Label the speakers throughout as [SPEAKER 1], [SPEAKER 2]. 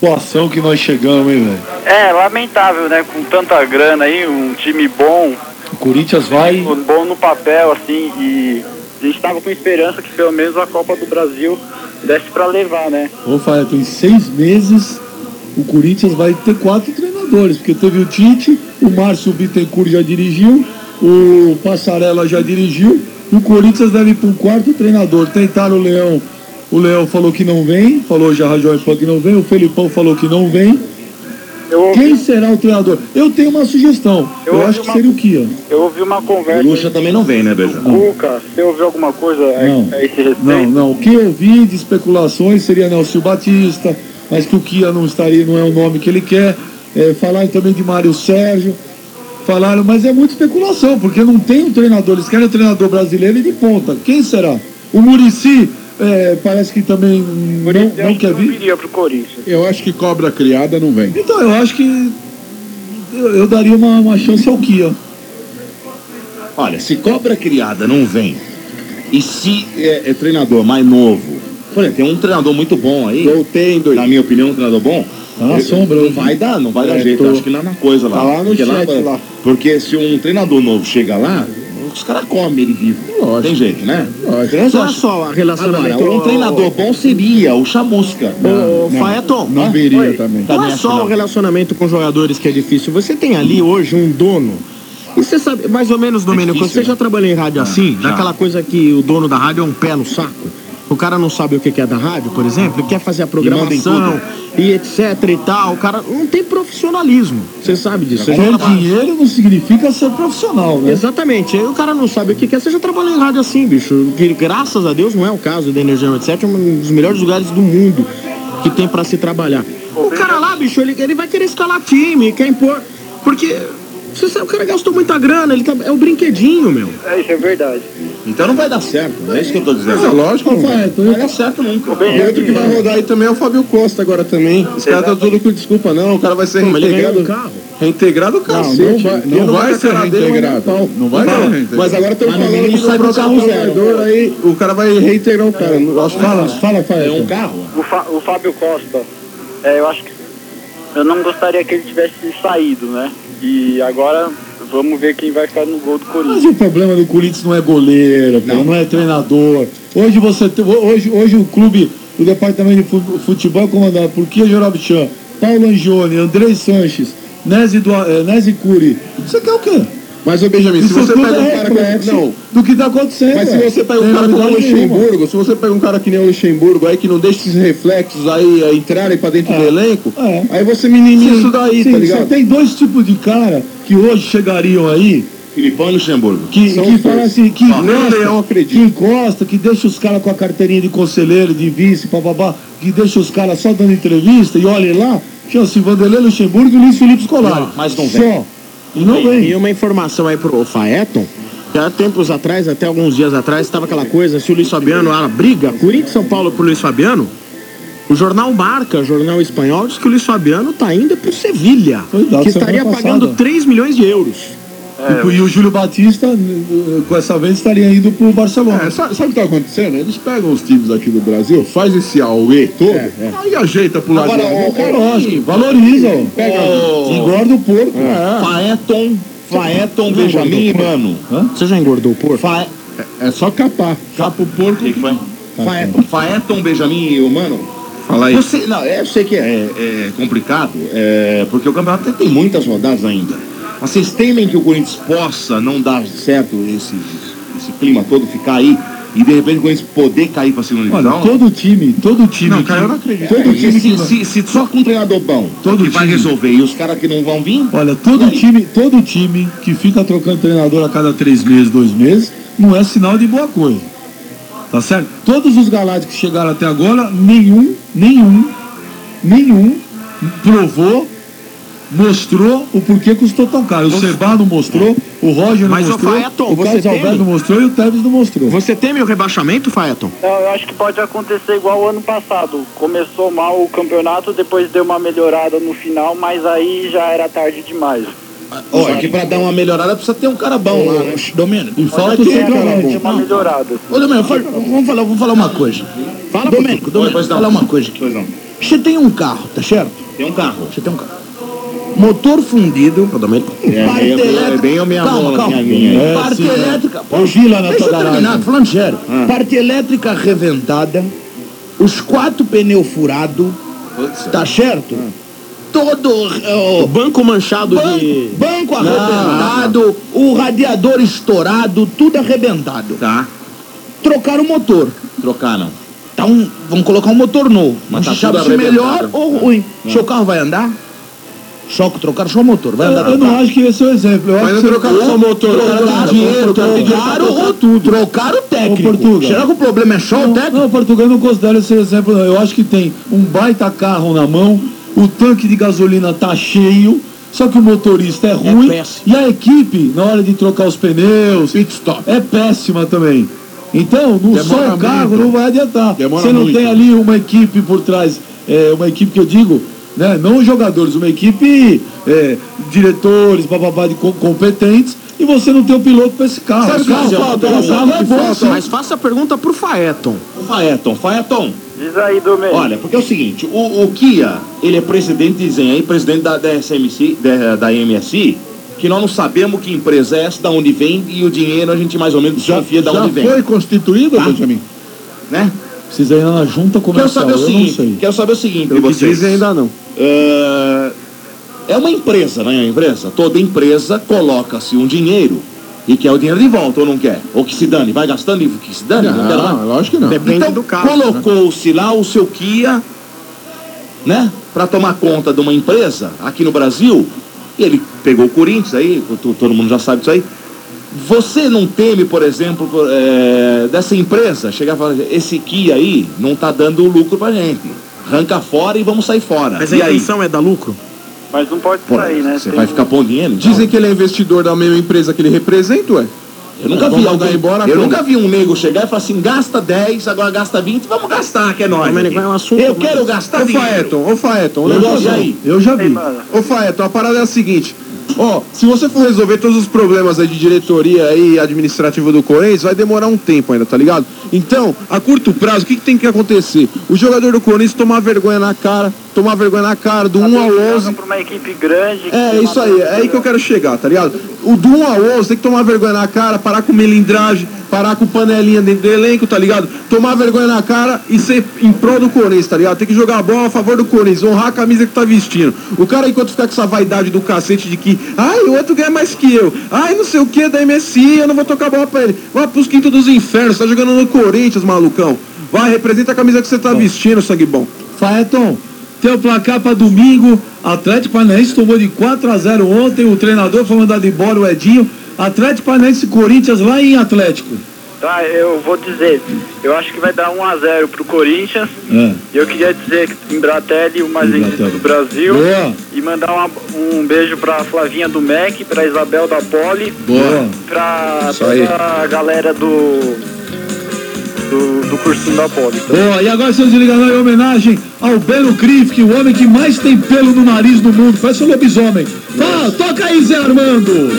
[SPEAKER 1] situação que nós chegamos, hein, velho?
[SPEAKER 2] É, lamentável, né? Com tanta grana aí, um time bom,
[SPEAKER 1] O Corinthians vai.
[SPEAKER 2] um bom no papel, assim, e a gente tava com esperança que pelo menos a Copa do Brasil desse pra levar, né?
[SPEAKER 1] Vou falar, tem seis meses. O Corinthians vai ter quatro treinadores, porque teve o Tite, o Márcio Bittencourt já dirigiu, o Passarella já dirigiu, e o Corinthians deve ir para um quarto treinador. Tentaram o Leão, o Leão falou que não vem, falou já Rajoy falou que não vem, o Felipão falou que não vem.
[SPEAKER 2] Eu
[SPEAKER 1] Quem
[SPEAKER 2] ouvi,
[SPEAKER 1] será o treinador? Eu tenho uma sugestão.
[SPEAKER 2] Eu
[SPEAKER 1] Eu,
[SPEAKER 2] ouvi
[SPEAKER 1] acho que
[SPEAKER 2] uma-
[SPEAKER 1] seria o Kia.
[SPEAKER 2] eu ouvi uma
[SPEAKER 3] O
[SPEAKER 2] conversa
[SPEAKER 3] Lucha também não vem, né, Beija?
[SPEAKER 2] com o Cuca, você ouviu alguma coisa
[SPEAKER 1] tá Não.
[SPEAKER 2] a, a esse respeito?
[SPEAKER 1] Não, não. O que eu vi de especulações seria Nelson Batista, mas que o Kia não estaria, não é o nome que ele quer. É, falaram também de Mário Sérgio. Falaram, mas é muita especulação, porque não tem um treinador. Eles querem um treinador brasileiro e de ponta. Quem será? O Murici é, parece que também não,
[SPEAKER 2] Por isso
[SPEAKER 1] não
[SPEAKER 2] eu acho que
[SPEAKER 1] quer
[SPEAKER 2] eu
[SPEAKER 1] vir.
[SPEAKER 2] viria pro Corinthians.
[SPEAKER 4] Eu acho que cobra criada não vem.
[SPEAKER 1] Então eu acho que eu, eu daria uma, uma chance ao Kia.
[SPEAKER 3] Olha, se cobra criada não vem, e se é, é treinador mais novo, por exemplo, tem um treinador muito bom aí,
[SPEAKER 4] Voltei em dois.
[SPEAKER 3] na minha opinião, um treinador bom.
[SPEAKER 1] Tá na
[SPEAKER 3] eu-
[SPEAKER 1] sombra
[SPEAKER 3] não
[SPEAKER 1] hoje,
[SPEAKER 3] vai dar, não vai dar
[SPEAKER 4] É,
[SPEAKER 3] jeito.
[SPEAKER 4] tô-
[SPEAKER 3] Acho que não é na coisa lá.
[SPEAKER 4] tá lá no
[SPEAKER 3] porque
[SPEAKER 4] chat lá.
[SPEAKER 3] Porque se um treinador novo chega lá, os caras comem ele vivo.
[SPEAKER 4] Lógico.
[SPEAKER 3] Tem jeito, né?
[SPEAKER 4] Lógico.
[SPEAKER 3] Então, eu
[SPEAKER 5] Olha
[SPEAKER 3] acho-
[SPEAKER 5] só a relação
[SPEAKER 3] Agora, um treinador bom seria o Chamusca.
[SPEAKER 5] Ô,
[SPEAKER 4] não.
[SPEAKER 5] Faeton,
[SPEAKER 4] Não viria também.
[SPEAKER 3] Tá
[SPEAKER 5] não é
[SPEAKER 3] nessa,
[SPEAKER 5] só
[SPEAKER 3] não.
[SPEAKER 5] o relacionamento com jogadores que é difícil. Você tem ali hoje um dono. E você sabe, mais ou menos, Domênio,
[SPEAKER 3] difícil,
[SPEAKER 5] você já
[SPEAKER 4] né?
[SPEAKER 5] trabalhou em
[SPEAKER 4] Ah,
[SPEAKER 5] rádio assim, daquela coisa que o dono da rádio é um pé no saco. O cara não sabe o que que é da rádio, por exemplo, e quer fazer a programação e, etc e tal. O cara não tem profissionalismo. Você sabe disso.
[SPEAKER 4] Tá É
[SPEAKER 5] Você já
[SPEAKER 4] um
[SPEAKER 1] Ter
[SPEAKER 5] trabalhou-
[SPEAKER 1] dinheiro não significa ser profissional, né?
[SPEAKER 5] Exatamente. Aí o cara não sabe o que quer. Você já trabalhou em rádio assim, bicho. Que graças a Deus não é o caso da Energia 97, é um dos melhores lugares do mundo que tem pra se trabalhar. O cara lá, bicho, ele, ele vai querer escalar time, quer impor. Porque. Você sabe, o cara gastou muita grana, ele tá, é o brinquedinho, meu.
[SPEAKER 2] É, isso é verdade.
[SPEAKER 3] Então não vai dar certo, não é isso que eu tô dizendo.
[SPEAKER 4] Não, lógico, não
[SPEAKER 1] Rafael,
[SPEAKER 4] vem.
[SPEAKER 1] então
[SPEAKER 3] Não
[SPEAKER 5] é
[SPEAKER 1] eu
[SPEAKER 3] vai dar certo nunca.
[SPEAKER 4] E
[SPEAKER 2] né?
[SPEAKER 4] outro que vai rodar aí também é o Fábio Costa agora também. Esse cara tá tudo com desculpa, não. O cara vai ser
[SPEAKER 5] Mas ele ganhou
[SPEAKER 4] reintegrado.
[SPEAKER 5] um carro.
[SPEAKER 4] Reintegrado,
[SPEAKER 1] não
[SPEAKER 4] cacete.
[SPEAKER 1] vai-
[SPEAKER 4] Ele
[SPEAKER 1] não vai
[SPEAKER 4] com a
[SPEAKER 1] ser
[SPEAKER 4] cara dele, mas reintegrado.
[SPEAKER 1] nem a pau.
[SPEAKER 4] Não vai
[SPEAKER 1] Não,
[SPEAKER 4] não, reintegrado.
[SPEAKER 5] mas agora tão
[SPEAKER 4] Mas no
[SPEAKER 5] falando
[SPEAKER 4] mínimo
[SPEAKER 5] que tá vai
[SPEAKER 4] sai pro
[SPEAKER 5] trocar
[SPEAKER 4] carro
[SPEAKER 5] o zero.
[SPEAKER 4] jogador, aí o cara vai reintegrar o cara. Não acho que
[SPEAKER 1] Fala, fala, Faeta.
[SPEAKER 3] É um carro.
[SPEAKER 2] O, Fa- o Fábio Costa, é, eu acho que eu não gostaria que ele tivesse saído, né? E agora vamos ver quem vai ficar no gol do Corinthians.
[SPEAKER 1] Mas o problema do Corinthians não é goleiro, não, não é treinador. Hoje você tem- hoje, hoje o clube, o departamento de fu- futebol é comandado por Kia Jorabchan, Paulo Angione, Andrei Sanches, Nese, Dua- eh, Nese Curi. Você quer o quê?
[SPEAKER 4] Mas, ô Benjamin, se
[SPEAKER 1] Isso
[SPEAKER 4] você
[SPEAKER 1] tudo
[SPEAKER 4] pega um
[SPEAKER 1] é
[SPEAKER 4] cara com...
[SPEAKER 1] reflexo
[SPEAKER 4] Não,
[SPEAKER 1] do que está acontecendo.
[SPEAKER 4] mas se
[SPEAKER 1] ué.
[SPEAKER 4] você pega um
[SPEAKER 1] Tem
[SPEAKER 4] cara como o
[SPEAKER 1] novidade nenhuma.
[SPEAKER 4] Luxemburgo, se você pega um cara que nem o Luxemburgo aí, que não deixa esses reflexos aí eh, entrarem pra dentro do elenco,
[SPEAKER 1] É.
[SPEAKER 4] aí você minimiza
[SPEAKER 1] Sim,
[SPEAKER 4] isso daí,
[SPEAKER 1] sim,
[SPEAKER 4] tá
[SPEAKER 1] só
[SPEAKER 4] ligado?
[SPEAKER 1] tem dois tipos de cara que hoje chegariam aí
[SPEAKER 3] Filipão e Luxemburgo.
[SPEAKER 1] que,
[SPEAKER 4] São
[SPEAKER 1] que
[SPEAKER 4] os
[SPEAKER 1] fala
[SPEAKER 4] dois.
[SPEAKER 1] assim, que
[SPEAKER 4] Ó, nem
[SPEAKER 1] encosta,
[SPEAKER 4] o Leão
[SPEAKER 1] que
[SPEAKER 4] acredita.
[SPEAKER 1] encosta, que deixa os caras com a carteirinha de conselheiro, de vice, papabá, que deixa os caras só dando entrevista e olha lá, chama-se Vanderlei Luxemburgo e Luiz Felipe Scolari.
[SPEAKER 3] Não, mas não vem.
[SPEAKER 1] Só. E não
[SPEAKER 5] E
[SPEAKER 1] vem.
[SPEAKER 5] uma informação aí pro Faeton. que Há tempos atrás, até alguns dias atrás, estava aquela coisa, se o Luiz Fabiano era briga, Corinthians e São Paulo pro Luiz Fabiano, o jornal Marca, jornal espanhol, diz que o Luiz Fabiano tá indo pro Sevilha,
[SPEAKER 1] Foi dado
[SPEAKER 5] que
[SPEAKER 1] semana
[SPEAKER 5] estaria
[SPEAKER 1] passada.
[SPEAKER 5] pagando 3 milhões de euros.
[SPEAKER 1] E, e o Júlio Batista, eh, com essa vez, estaria indo pro Barcelona.
[SPEAKER 4] É, sabe, sabe o que tá acontecendo? Eles pegam os times aqui do Brasil, faz esse auê todo,
[SPEAKER 3] É,
[SPEAKER 4] aí ajeita pro lado.
[SPEAKER 1] Agora,
[SPEAKER 4] de lá.
[SPEAKER 1] ó, ó, lógico, valoriza, ó. engorda o porco.
[SPEAKER 3] É. Faeton, Faeton, Benjamin e Mano.
[SPEAKER 5] Você já engordou o porco?
[SPEAKER 3] Fae-
[SPEAKER 4] É só capar. Capa o porco.
[SPEAKER 3] que foi? Faeton, é, Faeton, Benjamin e o Mano.
[SPEAKER 4] Fala aí.
[SPEAKER 3] Você, não, é, eu sei que é, é complicado, é, porque o campeonato tem muitas rodadas ainda. Mas vocês temem que o Corinthians possa não dar certo esse, esse clima todo, ficar aí e de repente o Corinthians poder cair para segunda
[SPEAKER 1] Olha,
[SPEAKER 3] divisão?
[SPEAKER 1] todo time, todo time.
[SPEAKER 3] Não,
[SPEAKER 1] que-
[SPEAKER 3] cara, eu não acredito.
[SPEAKER 1] Todo
[SPEAKER 3] É,
[SPEAKER 1] time que
[SPEAKER 3] e se,
[SPEAKER 1] vai-
[SPEAKER 3] se- se só com um treinador bom
[SPEAKER 1] Todo
[SPEAKER 3] que vai
[SPEAKER 1] time.
[SPEAKER 3] resolver e os caras que não vão vir,
[SPEAKER 1] Olha, todo
[SPEAKER 3] E aí?
[SPEAKER 1] time, todo time que fica trocando treinador a cada três meses, dois meses, não é sinal de boa coisa. Tá certo? Todos os galácticos que chegaram até agora, nenhum, nenhum, nenhum provou, mostrou o porquê custou tão caro. O Seba não mostrou, o Roger não
[SPEAKER 5] Mas, ô,
[SPEAKER 1] mostrou,
[SPEAKER 5] Faeton,
[SPEAKER 1] o
[SPEAKER 5] você
[SPEAKER 1] Carlos
[SPEAKER 5] tem-
[SPEAKER 6] um-
[SPEAKER 1] Alberto não mostrou e o Tevez não mostrou.
[SPEAKER 5] Você teme o rebaixamento, Faeton?
[SPEAKER 2] Não, eu acho que pode acontecer igual o ano passado. Começou mal o campeonato, depois deu uma melhorada no final, mas aí já era tarde demais.
[SPEAKER 3] ó, é que para dar uma melhorada precisa ter um cara bom lá, né?
[SPEAKER 6] Domênio,
[SPEAKER 1] E falta o
[SPEAKER 2] Tem aquela-
[SPEAKER 1] centroavante.
[SPEAKER 2] tem uma melhorada.
[SPEAKER 6] ô Domênio, fala- vamos falar, vamos falar uma coisa. Fala, Domênico, Domênico,
[SPEAKER 3] Pois não.
[SPEAKER 6] falar uma coisa aqui.
[SPEAKER 3] Pois não.
[SPEAKER 6] Você tem um carro, tá certo?
[SPEAKER 3] Tem um carro.
[SPEAKER 6] Você tem um carro. Motor fundido.
[SPEAKER 3] É,
[SPEAKER 6] parte
[SPEAKER 3] é,
[SPEAKER 6] elétrica.
[SPEAKER 3] é bem a minha
[SPEAKER 6] calma,
[SPEAKER 3] mola,
[SPEAKER 6] calma.
[SPEAKER 3] minha linha. aí.
[SPEAKER 6] parte elétrica. Pô,
[SPEAKER 1] Gila na
[SPEAKER 6] deixa
[SPEAKER 1] tua
[SPEAKER 6] eu terminar,
[SPEAKER 1] garagem.
[SPEAKER 6] tô falando sério.
[SPEAKER 3] Ah.
[SPEAKER 6] Parte elétrica reventada, os quatro pneus furados, tá certo? Todo ó,
[SPEAKER 5] Banco manchado
[SPEAKER 6] banco,
[SPEAKER 5] de.
[SPEAKER 6] banco arrebentado, o radiador estourado, tudo arrebentado.
[SPEAKER 3] Tá,
[SPEAKER 6] Trocaram o motor.
[SPEAKER 3] trocaram.
[SPEAKER 6] Então, vamos colocar um motor novo. Não
[SPEAKER 3] Mas
[SPEAKER 6] se
[SPEAKER 3] tá tudo
[SPEAKER 6] sabe se melhor
[SPEAKER 3] arrebentado.
[SPEAKER 6] ou ruim. Seu carro vai andar? Só que trocaram só o motor. Vai
[SPEAKER 1] Eu,
[SPEAKER 6] andar
[SPEAKER 1] eu
[SPEAKER 6] tudo.
[SPEAKER 1] não acho que esse é o exemplo. Eu acho
[SPEAKER 4] Mas
[SPEAKER 1] que
[SPEAKER 4] não trocaram só o motor,
[SPEAKER 6] Trocaram,
[SPEAKER 4] trocaram
[SPEAKER 6] dinheiro, trocaram, o- trocaram o técnico.
[SPEAKER 1] Ô, Portuga.
[SPEAKER 6] Será que o problema é só o
[SPEAKER 1] Não,
[SPEAKER 6] técnico?
[SPEAKER 1] não, Portugal eu não considero esse exemplo, não. Eu acho que tem um baita carro na mão, o tanque de gasolina tá cheio, só que o motorista é ruim.
[SPEAKER 5] péssimo.
[SPEAKER 1] e a equipe, na hora de trocar os pneus,
[SPEAKER 4] Pit stop.
[SPEAKER 1] é péssima também. Então, no
[SPEAKER 4] Demora
[SPEAKER 1] só o carro
[SPEAKER 4] muito.
[SPEAKER 1] não vai adiantar.
[SPEAKER 4] Demora
[SPEAKER 1] Você não
[SPEAKER 4] muito.
[SPEAKER 1] tem ali uma equipe por trás, é, uma equipe que eu digo, né, não os jogadores, uma equipe, é, diretores, bababá, de co- competentes, e você não tem o piloto para esse carro.
[SPEAKER 4] Sabe
[SPEAKER 1] o carro,
[SPEAKER 4] o que
[SPEAKER 1] o
[SPEAKER 4] falta?
[SPEAKER 1] carro é
[SPEAKER 4] Sabe o que
[SPEAKER 1] bom,
[SPEAKER 4] falta?
[SPEAKER 1] sim.
[SPEAKER 5] Mas faça a pergunta pro Faeton.
[SPEAKER 3] O Faeton, Faeton.
[SPEAKER 2] Diz aí, Domênico.
[SPEAKER 3] Olha, porque é o seguinte, o, o Kia, ele é presidente, dizem aí, presidente da, da SMC, da, da MSI, que nós não sabemos que empresa é essa, da onde vem, e o dinheiro a gente mais ou menos desconfia da
[SPEAKER 4] Já
[SPEAKER 3] onde vem,
[SPEAKER 4] foi constituído,
[SPEAKER 3] Tá.
[SPEAKER 4] Benjamin?
[SPEAKER 3] né?
[SPEAKER 1] Precisa ir na junta
[SPEAKER 3] Quero
[SPEAKER 1] comercial,
[SPEAKER 3] saber o
[SPEAKER 1] eu não
[SPEAKER 3] seguinte,
[SPEAKER 1] sei.
[SPEAKER 3] quero saber o seguinte de
[SPEAKER 4] Pelo que
[SPEAKER 3] vocês.
[SPEAKER 4] dizem, ainda não.
[SPEAKER 3] É, é uma empresa, não é uma empresa? Toda empresa coloca-se um dinheiro e quer o dinheiro de volta ou não quer? Ou que se dane, vai gastando e que se dane,
[SPEAKER 1] Ah,
[SPEAKER 3] não, quer lá.
[SPEAKER 4] Não, lógico que não.
[SPEAKER 5] Depende
[SPEAKER 3] então,
[SPEAKER 5] do caso. né?
[SPEAKER 3] Colocou-se lá o seu Kia, né? Pra tomar conta de uma empresa aqui no Brasil. E ele pegou o Corinthians aí, to- todo mundo já sabe disso aí. Você não teme, por exemplo, por- eh, dessa empresa chegar e falar, esse Kia aí não tá dando lucro pra gente. Arranca fora e vamos sair fora.
[SPEAKER 5] Mas
[SPEAKER 3] e
[SPEAKER 5] a
[SPEAKER 3] aí?
[SPEAKER 5] intenção é dar lucro?
[SPEAKER 2] Mas não pode
[SPEAKER 3] Pô,
[SPEAKER 2] sair, né?
[SPEAKER 3] Você
[SPEAKER 2] Tem-
[SPEAKER 3] vai ficar pondo dinheiro?
[SPEAKER 4] Dizem que ele é investidor da mesma empresa que ele representa, ué.
[SPEAKER 3] Eu nunca vi
[SPEAKER 4] Vamos
[SPEAKER 3] alguém
[SPEAKER 4] mandar embora
[SPEAKER 3] Eu
[SPEAKER 4] como?
[SPEAKER 3] nunca vi um nego chegar e falar assim, gasta 10, agora gasta 20, vamos gastar, que é nóis.
[SPEAKER 5] Domênico,
[SPEAKER 3] aqui.
[SPEAKER 5] é um assunto
[SPEAKER 3] Eu
[SPEAKER 5] mais-
[SPEAKER 3] quero gastar
[SPEAKER 4] Ô
[SPEAKER 3] dinheiro.
[SPEAKER 4] Faeton, ô Faeton, o
[SPEAKER 3] Eu
[SPEAKER 4] negócio
[SPEAKER 3] gosto aí.
[SPEAKER 1] Eu já
[SPEAKER 2] Ei,
[SPEAKER 1] vi.
[SPEAKER 2] mano,
[SPEAKER 4] Ô Faeto, a parada é a seguinte. Ó, se você for resolver todos os problemas aí de diretoria aí administrativa do Corinthians, vai demorar um tempo ainda, tá ligado? Então, a curto prazo, o que, que tem que acontecer? O jogador do Corinthians tomar vergonha na cara, tomar vergonha na cara
[SPEAKER 2] Tá
[SPEAKER 4] do 1 ao
[SPEAKER 2] joga
[SPEAKER 4] 11.
[SPEAKER 2] pra uma equipe grande. que né?
[SPEAKER 4] É,
[SPEAKER 2] tem
[SPEAKER 4] isso
[SPEAKER 2] uma
[SPEAKER 4] aí, é aí que eu quero chegar, tá ligado? O do 1 ao 11 tem que tomar vergonha na cara, parar com melindragem, parar com panelinha dentro do elenco, tá ligado? Tomar vergonha na cara e ser em prol do Corinthians, tá ligado? Tem que jogar a bola a favor do Corinthians, honrar a camisa que tá vestindo. O cara, enquanto ficar com essa vaidade do cacete de que, ai, o outro ganha mais que eu, ai, não sei o que, da MSI, eu não vou tocar a bola pra ele. Vai pros quintos dos infernos, tá jogando no Corinthians, malucão. Vai, representa a camisa que você tá vestindo, sangue bom.
[SPEAKER 1] Faeton, tem o placar para domingo. Atlético Paranaense tomou de 4 a 0 ontem. O treinador foi mandado embora, o Edinho. Atlético Paranaense e Corinthians lá em Atlético.
[SPEAKER 2] Tá, eu vou dizer, eu acho que vai dar 1x0 pro Corinthians. E eu queria dizer que Embratelli, uma legenda do Brasil.
[SPEAKER 1] Boa.
[SPEAKER 2] E mandar uma- um beijo pra Flavinha do MEC, pra Isabel da Poli,
[SPEAKER 1] Boa.
[SPEAKER 2] pra
[SPEAKER 4] Isso aí.
[SPEAKER 2] toda a galera do, do, do cursinho da Poli.
[SPEAKER 1] Boa. E agora, seu desligador, em homenagem ao Belo Krivk, o homem que mais tem pelo no nariz do mundo. Parece um lobisomem. Ah, toca aí, Zé Armando.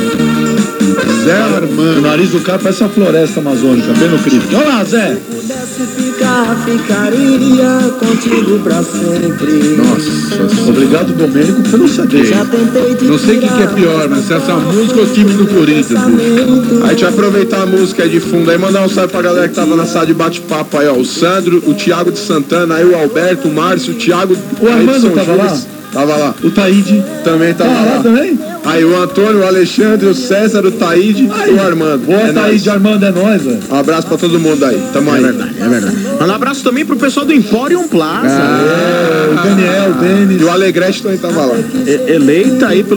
[SPEAKER 4] Zé
[SPEAKER 1] O nariz do cara parece a floresta amazônica. Belo Krivk. Olha lá, Zé.
[SPEAKER 7] pudesse ficar, ficaria contigo pra sempre.
[SPEAKER 4] Nossa,
[SPEAKER 1] Obrigado, Domênico, pelo CD.
[SPEAKER 7] Já tentei te
[SPEAKER 4] Não sei o que, que é
[SPEAKER 7] tirar
[SPEAKER 4] pior, mas se essa música ou o time do Corinthians, bicho.
[SPEAKER 7] pensamento.
[SPEAKER 4] Aí, deixa eu aproveitar a música aí de fundo aí, mandar um salve pra galera que tava na sala de bate-papo aí, ó. O Sandro, o Thiago de Santana, aí o Alberto, o Márcio, o Thiago.
[SPEAKER 1] O
[SPEAKER 4] aí de
[SPEAKER 1] Armando
[SPEAKER 4] São
[SPEAKER 1] tava
[SPEAKER 4] Judas. Tava lá.
[SPEAKER 1] O Taíde.
[SPEAKER 4] Também tava
[SPEAKER 1] Tá lá
[SPEAKER 4] lá.
[SPEAKER 1] também?
[SPEAKER 4] Aí o Antônio, o Alexandre, o César, o Taíde e o Armando.
[SPEAKER 1] Boa,
[SPEAKER 4] É nóis.
[SPEAKER 1] Taíde, É Armando, é nóis, velho.
[SPEAKER 4] Um abraço pra todo mundo aí. Tamo aí.
[SPEAKER 5] Manda um abraço também pro pessoal do Emporium Plaza.
[SPEAKER 1] É, o Daniel, o Denis.
[SPEAKER 4] E o Alegrete também tava lá.
[SPEAKER 5] E- É, Eleita aí pelo.